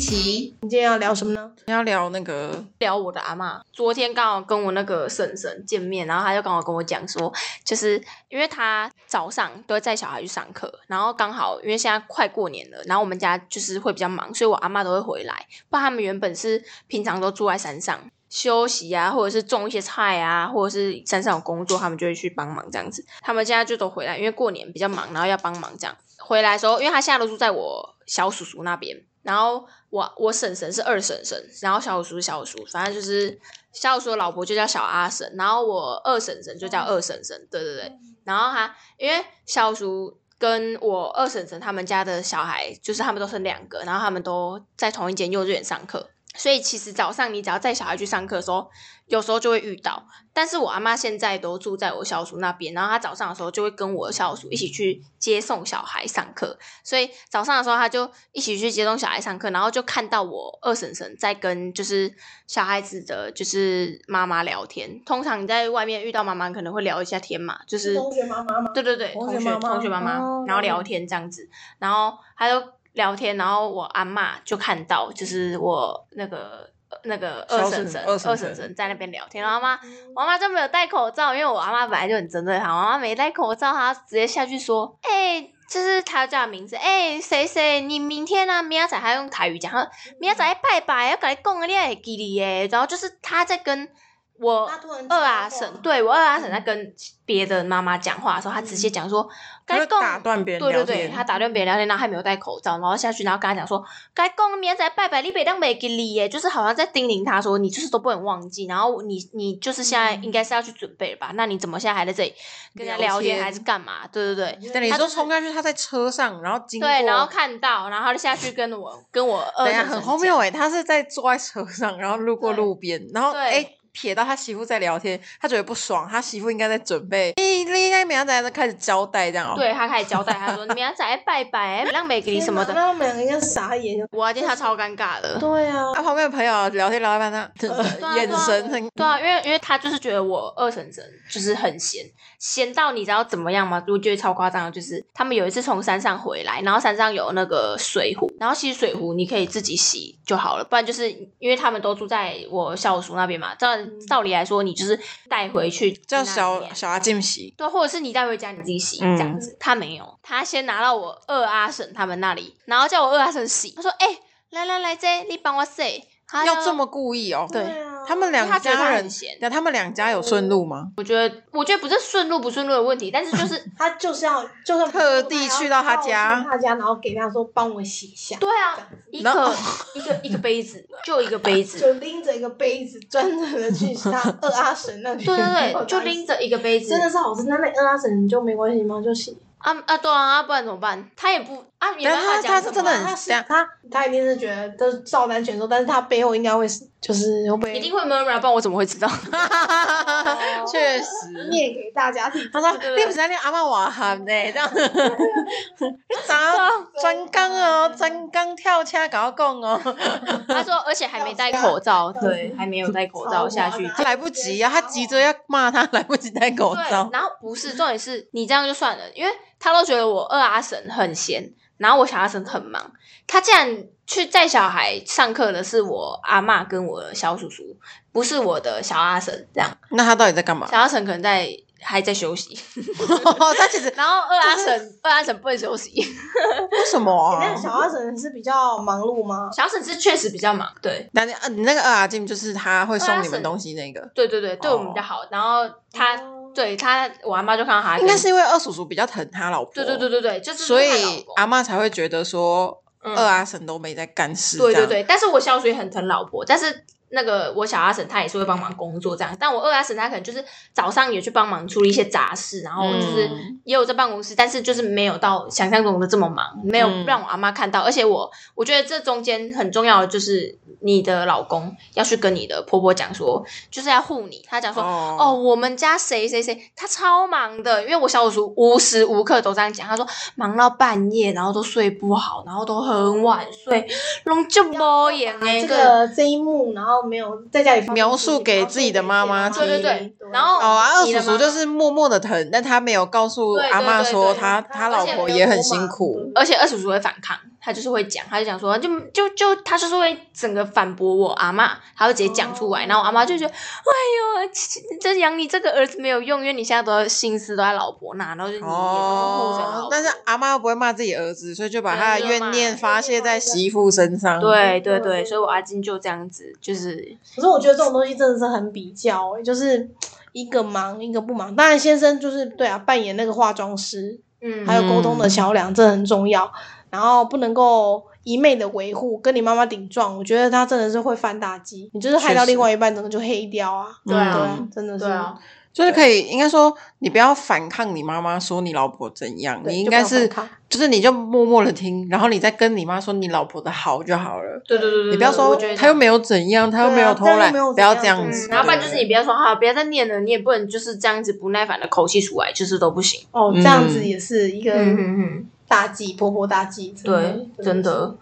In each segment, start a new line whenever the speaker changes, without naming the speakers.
西。你今天要聊什么呢？
要聊那个
聊我的阿嬷，昨天刚好跟我那个婶婶见面，然后她就刚好跟我讲说，就是因为她早上都会带小孩去上课，然后刚好因为现在快过年了，然后我们家就是会比较忙，所以我阿嬷都会回来。不然他们原本是平常都住在山上休息啊，或者是种一些菜啊，或者是山上有工作，他们就会去帮忙这样子。他们现在就都回来，因为过年比较忙，然后要帮忙这样。回来的时候，因为他现在都住在我小叔叔那边，然后我我婶婶是二婶婶，然后小叔叔是小叔，反正就是小叔叔的老婆就叫小阿婶，然后我二婶婶就叫二婶婶，对对对。然后他因为小叔跟我二婶婶他们家的小孩，就是他们都生两个，然后他们都在同一间幼稚园上课，所以其实早上你只要带小孩去上课的时候，有时候就会遇到。但是我阿妈现在都住在我小叔那边，然后她早上的时候就会跟我小叔一起去接送小孩上课，所以早上的时候她就一起去接送小孩上课，然后就看到我二婶婶在跟就是小孩子的就是妈妈聊天。通常你在外面遇到妈妈，可能会聊一下天嘛，就是
同学妈妈吗？
对对对，
同
同
学
学
妈妈
同学妈妈，
哦
然后聊天这样子，然后他就聊天，然后我阿嬷就看到，就是我那个呃那个二
小
婶
婶
婶
二婶
二婶
婶
婶在那边聊天，然后妈妈我妈就没有戴口罩，因为我阿妈本来就很针对她，我妈没戴口罩，她直接下去说：“哎、就是她叫她名字，哎、谁谁，你明天啊，明仔载还用台语讲，她说
嗯
明仔载拜拜，要跟你讲啊，你也会记哩耶。”然后就是她在跟我啊
她突然
二阿
讲话
婶，对我二阿婶在跟别的妈妈讲话的时候，她直接讲说：“
嗯他
该
就
讲。”
打断别人
对
聊
对
天，
对，他打断别人聊天，然后还没有戴口罩，然后下去，然后跟他讲说，该讲明仔拜拜，你别当没给你耶，就是好像在叮咛他说，你就是都不能忘记，然后你你就是现在应该是要去准备了吧？那你怎么现在还在这里跟人家
聊
聊天
天
还是干嘛？对对对。
等你
他
说
就是
冲下去，他在车上，然后经过，
对，然后看到，然后他就下去跟我跟我二
等一下
婶
很
婶
荒
讲
谬哎，他是在坐在车上，然后路过
对
路边，然后
对
哎。瞥到他媳妇在聊天，他觉得不爽，他媳妇应该在准备，哎、你应该明天再开始交代这样哦。，
对他开始交代，他说明仔拜拜，让没给你什么
天哪
的，
那我们两个应该傻眼。
我阿弟他超尴尬的。
对啊，
他、旁边的朋友聊天聊到一半，他、呃
啊
眼神很
对啊，因为因为他就是觉得我二婶婶就是很闲，闲到你知道怎么样吗？我觉得超夸张的，就是他们有一次从山上回来，然后山上有那个水壶，然后其实水壶你可以自己洗就好了，不然就是因为他们都住在我小叔那边嘛，照道理来说，你就是带回去
嗯叫
那里
小
面
小阿嗯进洗，
对，或者是你带回家你自己洗这样子。他没有，他先拿到我二阿婶他们那里，然后叫我二阿婶洗。他说：“哎、来来来，这你帮我洗。”他
要这么故意哦。
哎对
啊
他们
因为
两
他觉得
家
他
人
很，嗯闲，
那他们两家有顺路吗？
我觉得不是顺路不顺路的问题，但是就是
他就是要，就算
特地去到他家
他家，然后给他说帮我洗一下，
对啊，一
然
个一个一个杯子，就一个杯子，
就拎着一个杯子，专门的去他二阿婶那里。
对对 对，就拎着一个杯子
真，的是好吃。那那二阿婶就没关系吗？就洗。
啊啊对啊，不然怎么办？他也不啊，也没
但
办
是他
法
他
讲
是
什
真
么
的
啊，
很
他
像，
他他一定是觉得都是照单全收，但是他背后应该会是就是会
一
被
定啊会 murmur，不然我怎么会知道？哦
确实。
念给大家听。
他说：“
对对
你不是在念阿嬷话喊呢，这样。啥专纲哦，专纲跳车搞我讲哦，
他说，而且还没戴口罩，对，还没有戴口罩下去
超夸张
他来不及啊，他急着要骂他，来不及戴口罩
对，。然后不是重点是你这样就算了，因为他都觉得我二阿婶很闲，然后我小阿婶很忙，他竟然去带小孩上课的是我阿嬷跟我的小叔叔，不是我的小阿婶。这样，
那他到底在干嘛？
小阿婶可能在还在休息，
他其实
然后二阿
就是
婶二阿婶不能休息，
为什么
哦
那
啊？
小阿婶是比较忙碌吗？
小阿婶是确实比较忙，对。
那你呃你那个二阿进就是他会
二
送
阿
你们
婶
东西那个，
对对对，对我们比较好。然后他，对他，我阿妈就看到他，
哦应该是因为二叔叔比较疼他老婆，
对对对，对对，就是
所
她老
以
公
阿嬷才会觉得说
嗯
二阿婶都没在干事。这
对对
样
对，但是我小叔也很疼老婆，但是那个我小阿婶她也是会帮忙工作这样，但我二阿婶她可能就是早上也去帮忙处理一些杂事，然后就是
嗯
也有在办公室，但是就是没有到想象中的这么忙，没有
嗯
让我阿妈看到。而且我我觉得这中间很重要的就是你的老公要去跟你的婆婆讲说，就是要护你，他讲说。哦，我们家谁谁谁，他超忙的，因为我小叔无时无刻都这样讲，他说忙到半夜，然后都睡不好，然后都很晚睡，拢就无
演
闲哎，
这个这一幕，然后没有在家里放
描述给自己的妈妈
对对对，然后
哦，啊二
你
叔
的
叔
妈
就是默默的疼，但他没有告诉
对对
阿嬷
对
说
对
他
他
他老
而且
婆
没有
也很辛苦。
而且二叔叔会反抗，他就是会讲，他就讲说，就就就他就是会整个反驳我阿嬷，他会直接讲出来，
哦
然后我阿嬷就觉得，哎呦，这这养你这个儿子没有用，因为你现在都心思都在老婆那，然后就你也都护着老
哦
婆，
但是阿妈又不会骂自己儿子，所以就把
对
他
就
的
骂
怨念发泄在媳妇身上。，
对对对，
嗯
所以我阿金就这样子，就是
可是我觉得这种东西真的是很比较、欸，就是一个忙一个不忙。当然，先生就是对啊，扮演那个化妆师，
嗯
还有沟通的桥梁，这很重要。
嗯
然后不能够一昧的维护，跟你妈妈顶撞，我觉得他真的是会翻大机，你就是害到
确实
另外一半，整个就黑掉啊。
对
对
啊
啊，真的是。
对啊，
就是可以，应该说你不要反抗你妈妈说你老婆怎样，
对
你应该是
就不要反抗
就是你就默默的听，然后你再跟你妈说你老婆的好就好了。
对对对对，
你不要
嗯我
说
觉得
他又没有怎样，他又没有偷
对啊
懒，
他又没有
不要
怎
这
样
样子。
嗯，然后不然就是
对
你不要说好，不要再念了，你也不能就是这样子不耐烦的口气出来，就是都不行。
哦，这样子也是一个
嗯，
大忌，婆婆大忌。
对，真
是
的，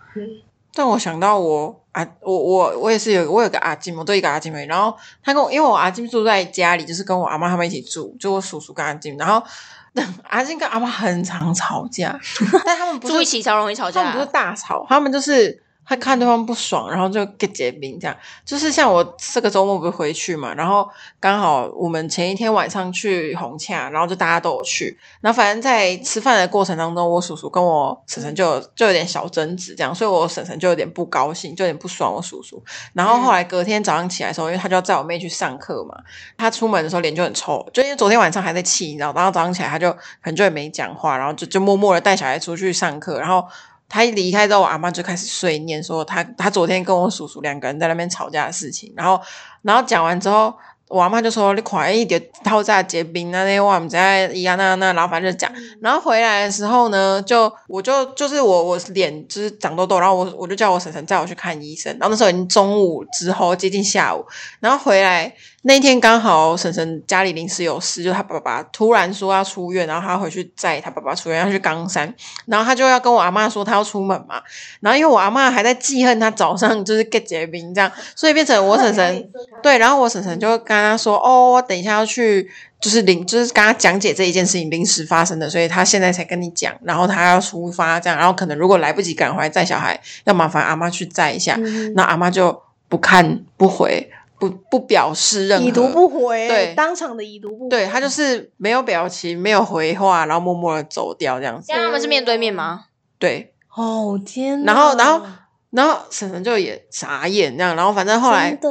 但我想到我啊，我我我也是有我有个阿金，我对一个阿金妹，然后他跟我，因为我阿金住在家里，就是跟我阿妈他们一起住，就我叔叔跟阿金，然后 阿金跟阿妈很常吵架，但他们不
住一
是
起超容易吵
他们
架啊
不是。大吵，他们就是他看对方不爽，然后就给结冰这样。就是像我这个周末不是回去嘛，然后刚好我们前一天晚上去红洽，然后就大家都有去，然后反正在吃饭的过程当中，我叔叔跟我婶婶就有就有点小争执这样，所以我婶婶就有点不高兴，就有点不爽我叔叔。然后后来隔天早上起来的时候，因为他就要载我妹去上课嘛，他出门的时候脸就很臭，就因为昨天晚上还在气，你知道，然后早上起来他就可能就也没讲话，然后就就默默的带小孩出去上课，然后他一离开之后，我阿妈就开始碎念说他他昨天跟我叔叔两个人在那边吵架的事情，然后然后讲完之后。我阿妈就说：“你快一点套炸结冰啊！那我们在伊啊那那，然后反正就讲。然后回来的时候呢，就我就就是我我脸就是长痘痘，然后我我就叫我婶婶载我去看医生。然后那时候已经中午之后接近下午，然后回来那一天刚好婶婶家里临时有事，就她爸爸突然说要出院，然后她回去载她爸爸出院，要去冈山，然后她就要跟我阿妈说她要出门嘛，然后因为我阿妈还在记恨她早上就是 get 结冰这样，所以变成我婶婶。对，然后我婶婶就跟他说：“哦，我等一下要去，就是临，就是跟他讲解这一件事情临时发生的，所以他现在才跟你讲，然后他要出发这样，然后可能如果来不及赶回来载小孩，要麻烦阿妈去载一下。
嗯
那阿妈就不看不回，不不表示任 何，
已读不回，
对
当场的已读不回，
对他就是没有表情，没有回话，然后默默的走掉这样子。
这样他们是面对面吗？
对，
哦天哪，
然后然后然后婶婶就也傻眼这样，然后反正后来
真的，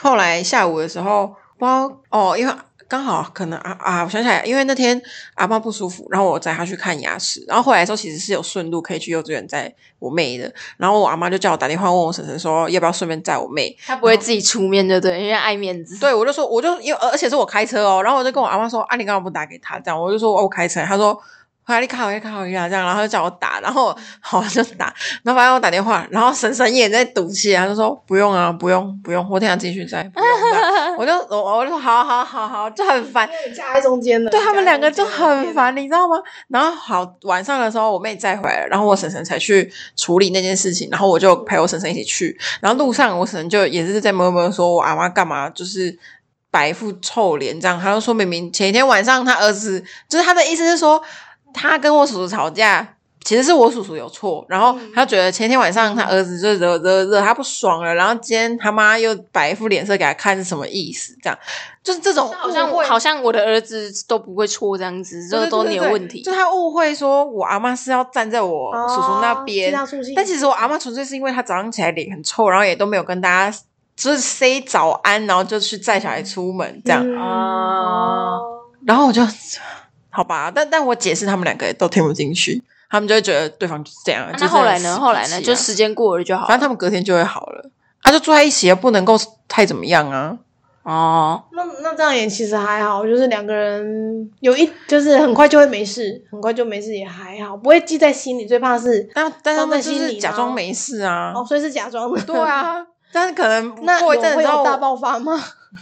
后来下午的时候，不知道哦，因为刚好可能啊啊，我想起来，因为那天阿妈不舒服，然后我载她去看牙齿，然后回来的时候其实是有顺路可以去幼稚园载我妹的，然后我阿妈就叫我打电话问我婶婶说要不要顺便载我妹，
他
哦
不会自己出面，对不对？因为爱面子。
对我就说我就因为而且是我开车哦，然后我就跟我阿妈说啊你干嘛不打给她这样，我就说哦我开车，她说。啊！你卡我，你卡我一下，这样，然后她就叫我打，然后好我就打，然后反正我打电话，然后婶婶也在赌气，她就说不用啊，不用，不用，我等一下自己去载，不用这样我就我我就说好好好好，就很烦。
夹在中间的，
对他们两个就
夹在中间了
很，烦，你知道吗？然后好晚上的时候，我妹再回来了，然后我婶婶才去处理那件事情，然后我就陪我婶婶一起去。然后路上，我婶婶就也是在摸摸说，我阿妈干嘛就是摆副臭脸这样。她就说明明前一天晚上她儿子就是她的意思是说，她跟我叔叔吵架。其实是我叔叔有错，然后
嗯
她觉得前天晚上她儿子就惹惹惹她不爽了，然后今天他妈又摆一副脸色给她看，是什么意思？这样就是这种
好像
误会
好像我的儿子都不会错这样子，
对
这
对
都
对
你的
对
问题
就。他误会说我阿妈是要站在我叔叔那边，
哦、知道
但其实我阿妈纯粹是因为她早上起来脸很臭，然后也都没有跟大家就是 say 早安，然后就去载小孩出门这
嗯
样，
啊
哦
然后我就好吧，但但我解释他们两个也都听不进去，他们就会觉得对方就是这样。
啊
就是
那后来呢？
很
后来呢？
死脾气啊
就时间过了就好
反正
了。
他们隔天就会好了，他、就住在一起了，不能够太怎么样啊。
哦，
那那这样也其实还好，就是两个人有一就是很快就会没事，很快就没事也还好，不会记在心里，最怕是
但但他
放在
们就
心
是
里
假装
吗
没事啊，
哦，所以是假装的。
对，啊，但是可能
那
过一
有
阵
会
子之
有
后
大爆发吗？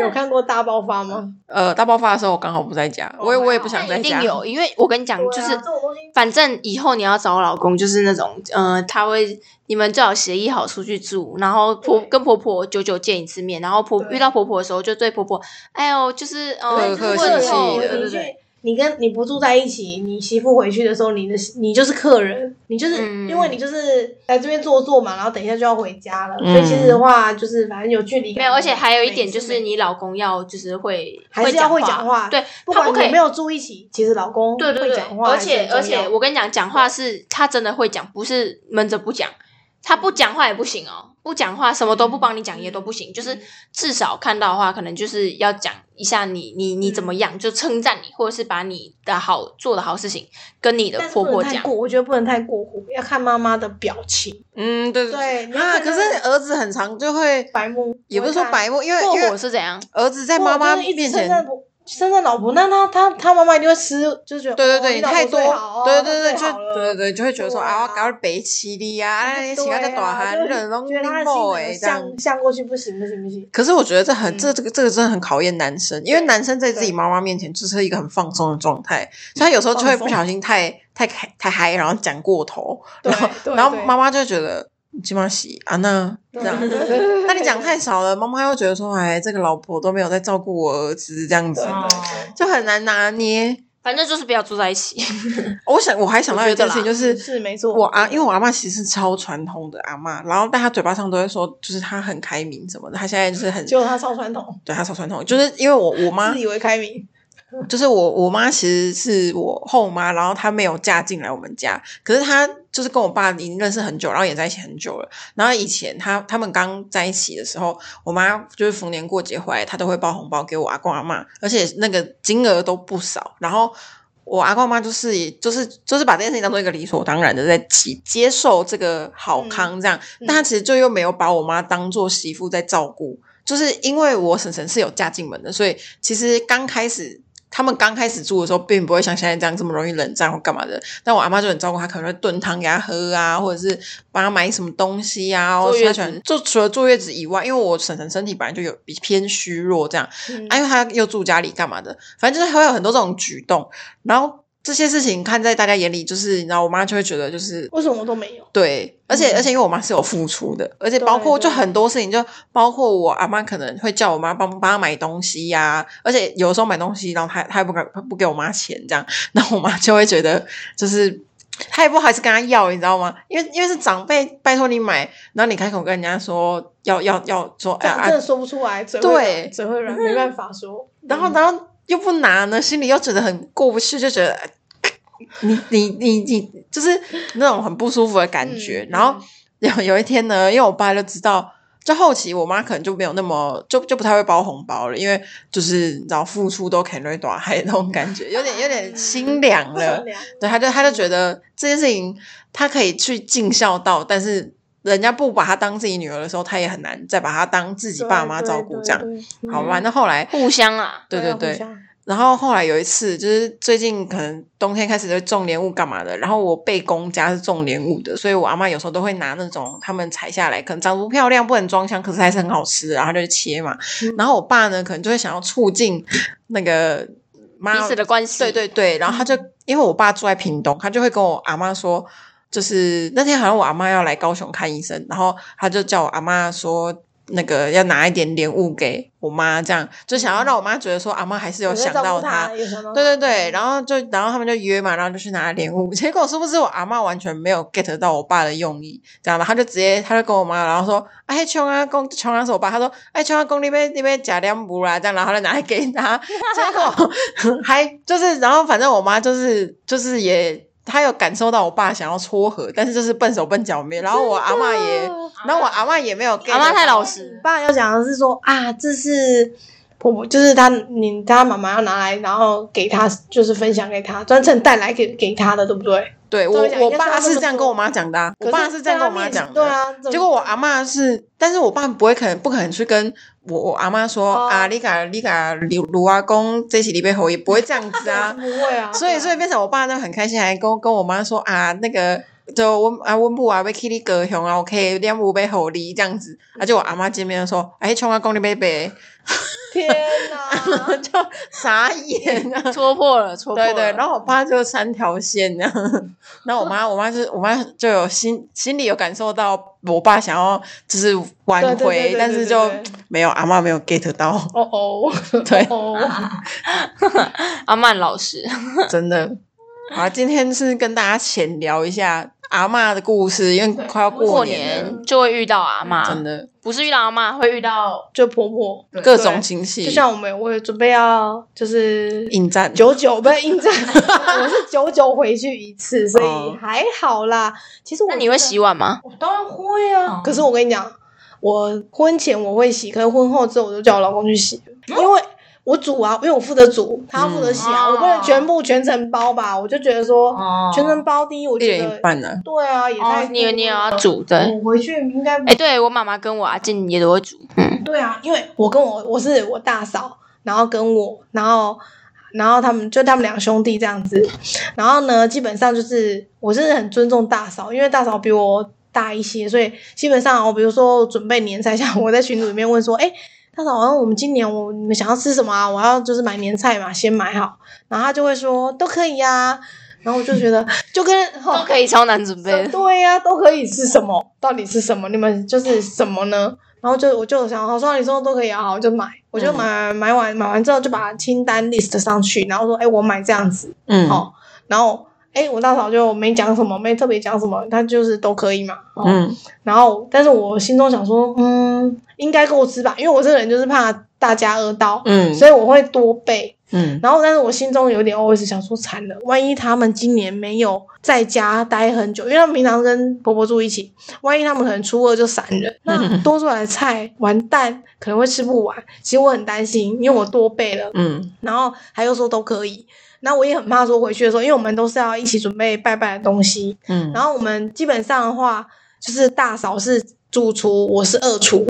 有看过大爆发吗？
呃，大爆发的时候我刚好不在家，我也
哦
我也不想
那
在
一
家。
定有，因为我跟你讲，就
对
是
啊这种东西
反正以后你要找老公，就是那种，呃，他会你们最好协议好出去住，然后婆
对
跟婆婆久久见一次面，然后婆
对
遇到婆婆的时候就对婆婆，哎呦，就是呃，
客
就是
客
问
气气
候
的
对
哦你
对
去
对，
你跟你不住在一起，你媳妇回去的时候，你的你就是客人，你就是、
嗯
因为你就是来这边坐坐嘛，然后等一下就要回家了，
嗯
所以其实的话就是反正有距离感，
没有，而且还有一点就
每
是，
次
你老公要就是会
还是要会
讲
讲话
对
不
他
管
不可
你
以
没有住一起，其实老公
对对
会
对，
讲话
而且
还
而
是很重要
且我跟你讲，讲话是他真的会讲，不是闷着不讲。他不讲话也不行哦，不讲话什么都不帮你讲也都不行，就是至少看到的话，可能就是要讲一下你你你怎么样，就称赞你，或者是把你的好做的好事情跟你的
但是
婆
不
婆
能太
讲。
过，我觉得不能太过火，要看妈妈的表情。
嗯，对
对，你
啊，
要看
可
她
是儿子很常就会，
白目
也不是说
我会看
白目，因为
过
因为
火是怎样？
儿子在
不
妈
然
妈
就是一直
面
称
前，
赞不称赞老婆，那他他他妈妈一定会吃，就是觉得
对对
哦
对，
你
你
老
太
婆
多
最好哦，，
对
她
对对，
最
就
好
对对
了
对，就会觉得说
对
啊，
啊
我搞北七的呀，啊
对
你喜欢在大
啊
汉
就
人拢
觉得他的心
拎某
怎么
诶哎这样。
向向过去不行不行不行，
可是我觉得这很这
嗯
这个这个真的很考验男生，因为
对
男生在自
对
己妈妈面前就是一个很放松的状态，所以他有时候就会
放
不
松
小心太太开太嗨，然后讲过头，
对
然后
对
然后
对
妈妈就会觉得起码洗啊那这样，那你讲太少了，妈妈又觉得说哎这个老婆都没有在照顾我儿子这样子
对，
哦
就很难拿捏。
反正就是不要住在一起。
我想我还想到一件事情，
我觉
就
得
是
是没错
我啊阿因为我阿妈其实是超传统的阿妈，然后但她嘴巴上都会说，就是她很开明什么的，她现在就是很
结果他超传统，
对她超传统，就是因为我我妈
自以为开明，
就是我我妈其实是我后妈，然后她没有嫁进来我们家，可是她就是跟我爸已经认识很久，然后也在一起很久了。然后以前她他们刚在一起的时候，我妈就是逢年过节回来，她都会包红包给我阿公阿妈，而且那个金额都不少。然后我阿公阿妈就是也就是就是把这件事情当做一个理所当然的在接接受这个好康这样，
嗯
但她其实就又没有把我妈当做媳妇在照顾。就是因为我婶婶是有嫁进门的，所以其实刚开始他们刚开始住的时候，并不会像现在这样这么容易冷战或干嘛的。但我阿妈就很照顾她，可能会炖汤给她喝啊，或者是帮她买什么东西啊。
坐月
她
子
喜欢就除了坐月子以外，因为我婶婶身体本来就有比偏虚弱这样，
嗯
啊，因为她又住家里干嘛的，反正就是会有很多这种举动，然后。这些事情看在大家眼里，就是你知道，我妈就会觉得就是
为什么我都没有？
对，而且、
嗯
而且因为我妈是有付出的，而且包括
对
就
对
很多事情，就包括我阿妈可能会叫我妈帮帮她买东西呀、而且有时候买东西，然后她她也不敢不给我妈钱这样， 然后我妈就会觉得就是。她也不好意思跟她要，你知道吗？因为因为是长辈拜托你买，然后你开口跟人家说要要要说
这
哎
样
啊
真的说不出来，嘴会
对
软嘴会软，没办法说。
然后，然后又不拿呢，心里又觉得很过不去，就觉得 你你你你就是那种很不舒服的感觉。
嗯
然后有有一天呢，因为我爸就知道，就后期我妈可能就没有那么就就不太会包红包了，因为就是你知道付出都可能会短海那种感
嗯
觉， 有点有点心凉了
善。良
对，他就他就觉得这件事情他可以去尽孝道，但是人家不把他当自己女儿的时候，他也很难再把他当自己爸妈照顾这样。，好吧，那后来
互相啊，
对对
对
对
对，对
然后后来有一次，就是最近可能冬天开始就种莲雾干嘛的，然后我贝公家是种莲雾的，所以我阿妈有时候都会拿那种他们采下来，可能长得不漂亮，不能装箱，可是还是很好吃的，然后她就去切嘛。
嗯
然后我爸呢，可能就会想要促进那个妈
彼此的关系。
对对对，然后他就因为我爸住在屏东，他就会跟我阿妈说，就是那天好像我阿妈要来高雄看医生，然后他就叫我阿妈说。那个要拿一点莲雾给我妈，这样就想要让我妈觉得说阿妈还是有
有在
想
照
到嗯
顾
她，
他，有想到
对
他
对对，然后就然后他们就约嘛，然后就去拿莲雾。 结果殊不知我阿妈完全没有 get 到我爸的用意，这样，然后他就直接他就跟我妈，然后说：“哎，穷啊公，穷啊是我爸。”他说：“哎，穷啊公，你被你被假两补啦。”这样，然后他就拿来给他，结 果还就是，然后反正我妈就是就是也。她有感受到我爸想要撮合，但是就是笨手笨脚没。然后我阿妈也，然后我阿妈也没有 get 到。
啊阿妈太老实
我，爸要讲的是说啊，这是婆婆，就是他你他妈妈要拿来，然后给他，就是分享给他，专程带来给给他的，对不对？
对我
对呀
我
应该是
爸
他这
是
么
这样
说
跟我妈讲的、啊，我爸
可
是这样跟我妈
在他面
讲的。
对啊，怎么
结果我阿嬷是，但是我爸不会可能不可能去跟我我阿嬷说、
哦
啊，你噶你噶鲁鲁阿公这起里被吼也不会这样子 啊
不，会啊，
所以所以变成我爸就很开心，还跟跟我妈说啊那个。就温啊温布啊被 Kitty 隔雄啊，OK，两五被吼离这样子，而且我阿妈见面就说，哎，穷阿公你贝贝，
天哪，
就傻眼啊，
戳破了，戳破
对
了。
对，然后我爸就三条线这样，然后我妈，我妈是，我妈就有心心里有感受到我爸想要就是挽
对对对
回，
对
但
对
是
对
就
对
没有阿妈没有 get 到，
哦哦，
对
哦 哦，
阿曼老师，
真的。好，今天是跟大家闲聊一下阿妈的故事，因为
对啊
快要
过
年了，
年就会遇到阿妈，
真的
不是遇到阿妈，会遇到
就婆婆，
对
各种亲戚
就像我们，我也准备要就是
应战。
九九不是应 战，我是九九回去一次，所以
哦
还好啦。其实我
那你会洗碗吗？
我当然会啊。
哦
可是我跟你讲，我婚前我会洗，可是婚后之后我就叫我老公去洗，因为我煮啊，因为我负责煮，他负责洗啊，
嗯
我不能全部全程包吧？我就觉得说、
哦
全程包第一，我
一
觉
人一
得
半呢、
对啊，也太、
哦，你你也要。煮对？
我回去应该不
哎、对我妈妈跟我阿静也都会煮，嗯，
对啊，因为我跟我我是我大嫂，然后跟我，然后然后他们就他们两兄弟这样子，然后呢，基本上就是我是很尊重大嫂，因为大嫂比我大一些，所以基本上哦我比如说我准备年菜， 像我在群组里面问说，哎。大嫂，我们今年我你们想要吃什么啊？我要就是买年菜嘛，先买好。然后他就会说都可以呀、然后我就觉得就跟
都可以超难准备的。
对呀、都可以是什么？到底是什么？你们就是什么呢？然后就我就想，好，说你说都可以啊，好，我就买，我就
嗯
买买完买完之后就把清单 list 上去，然后说，哎，我买这样子，
嗯，
好，然后哎，我大嫂就没讲什么，没特别讲什么，她就是都可以嘛，哦
嗯，
然后但是我心中想说，嗯，应该够吃吧，因为我这个人就是怕大家饿到，
嗯
所以我会多备，
嗯
然后，但是我心中有点 always 想说，惨了，万一他们今年没有在家待很久，因为他们平常跟婆婆住一起，万一他们可能初二就散人，那多出来的菜完蛋，可能会吃不完。其实我很担心，因为我多备了，
嗯
然后他又说都可以，那我也很怕说回去的时候，因为我们都是要一起准备拜拜的东西，
嗯
然后我们基本上的话，就是大嫂是主厨，我是二厨，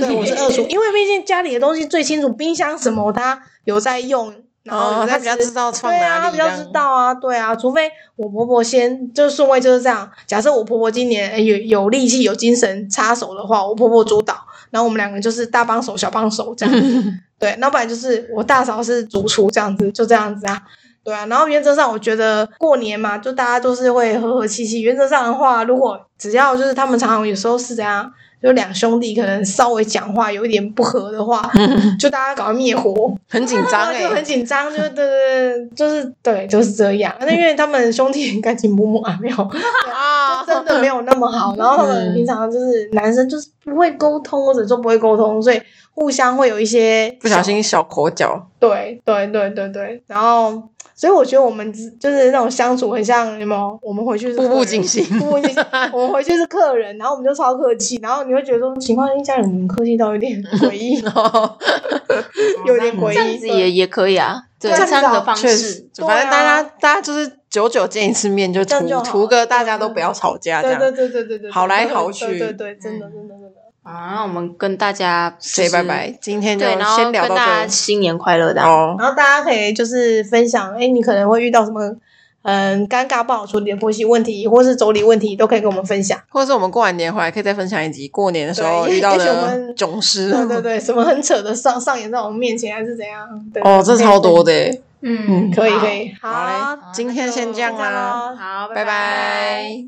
对，我是二厨，因为毕竟家里的东西最清楚，冰箱什么他有在用，然后有
哦，
在
他
吃
比较知道放
对啊，
哪
他
里
比
这样，
较知道啊，对啊，除非我婆婆先，就顺位就是这样。假设我婆婆今年呃有有力气、有精神插手的话，我婆婆主导，然后我们两个就是大帮手、小帮手 这样子。对，那不然就是我大嫂是主厨这样子，就这样子啊。对啊，然后原则上我觉得过年嘛，就大家都是会和和气气。原则上的话，如果只要就是他们常常有时候是怎样，就两兄弟可能稍微讲话有一点不合的 话，就大家搞到灭火。
很紧张
对，啊就很
哎，
紧张，就对对对，就是对，就是这样。那因为他们兄弟 感情不睦啊，没有，
啊
就真的没有那么好。然后他们
嗯
平常就是男生就是不会沟通，或者说不会沟通，所以互相会有一些
不小心小口角，
对对对对对，然后所以我觉得我们只就是那种相处很像什么，我们回去是
步步
客人
惊心，
步步惊心。我们回去是客人，然后我们就超客气，然后你会觉得说，情况一家人你们客气到有点诡异
有
有点诡
这
异，
样子
对
也也可以啊，对，
这样
这
子啊
样的方
确
式
实，，
对啊
反正大家大家就是久久见一次面就
这样就
图
好
图个大家都不要吵架啊这
对对
样，
对对对对，
好来
对
好嗯
对
去
对对，真的真的真的。
啊，我们跟大家
say
谁
拜拜，今天就
对，然后
先
跟
聊到
大家
这，
新年快乐的啊，
哦，
然后大家可以就是分享，哎，你可能会遇到什么嗯尴尬不好处理的婆媳问题，或是妯娌问题，都可以跟我们分 享。
或者是我们过完年回来可以再分享一集过年的时候
对
遇 到
也许我
的
们
囧事，
对对对，什么很扯的上上演在我们面前还是怎样？对
哦，这超多的耶，
嗯
可以
好
可以，
好嘞，今天先这样啦。
啦
好，
拜拜
拜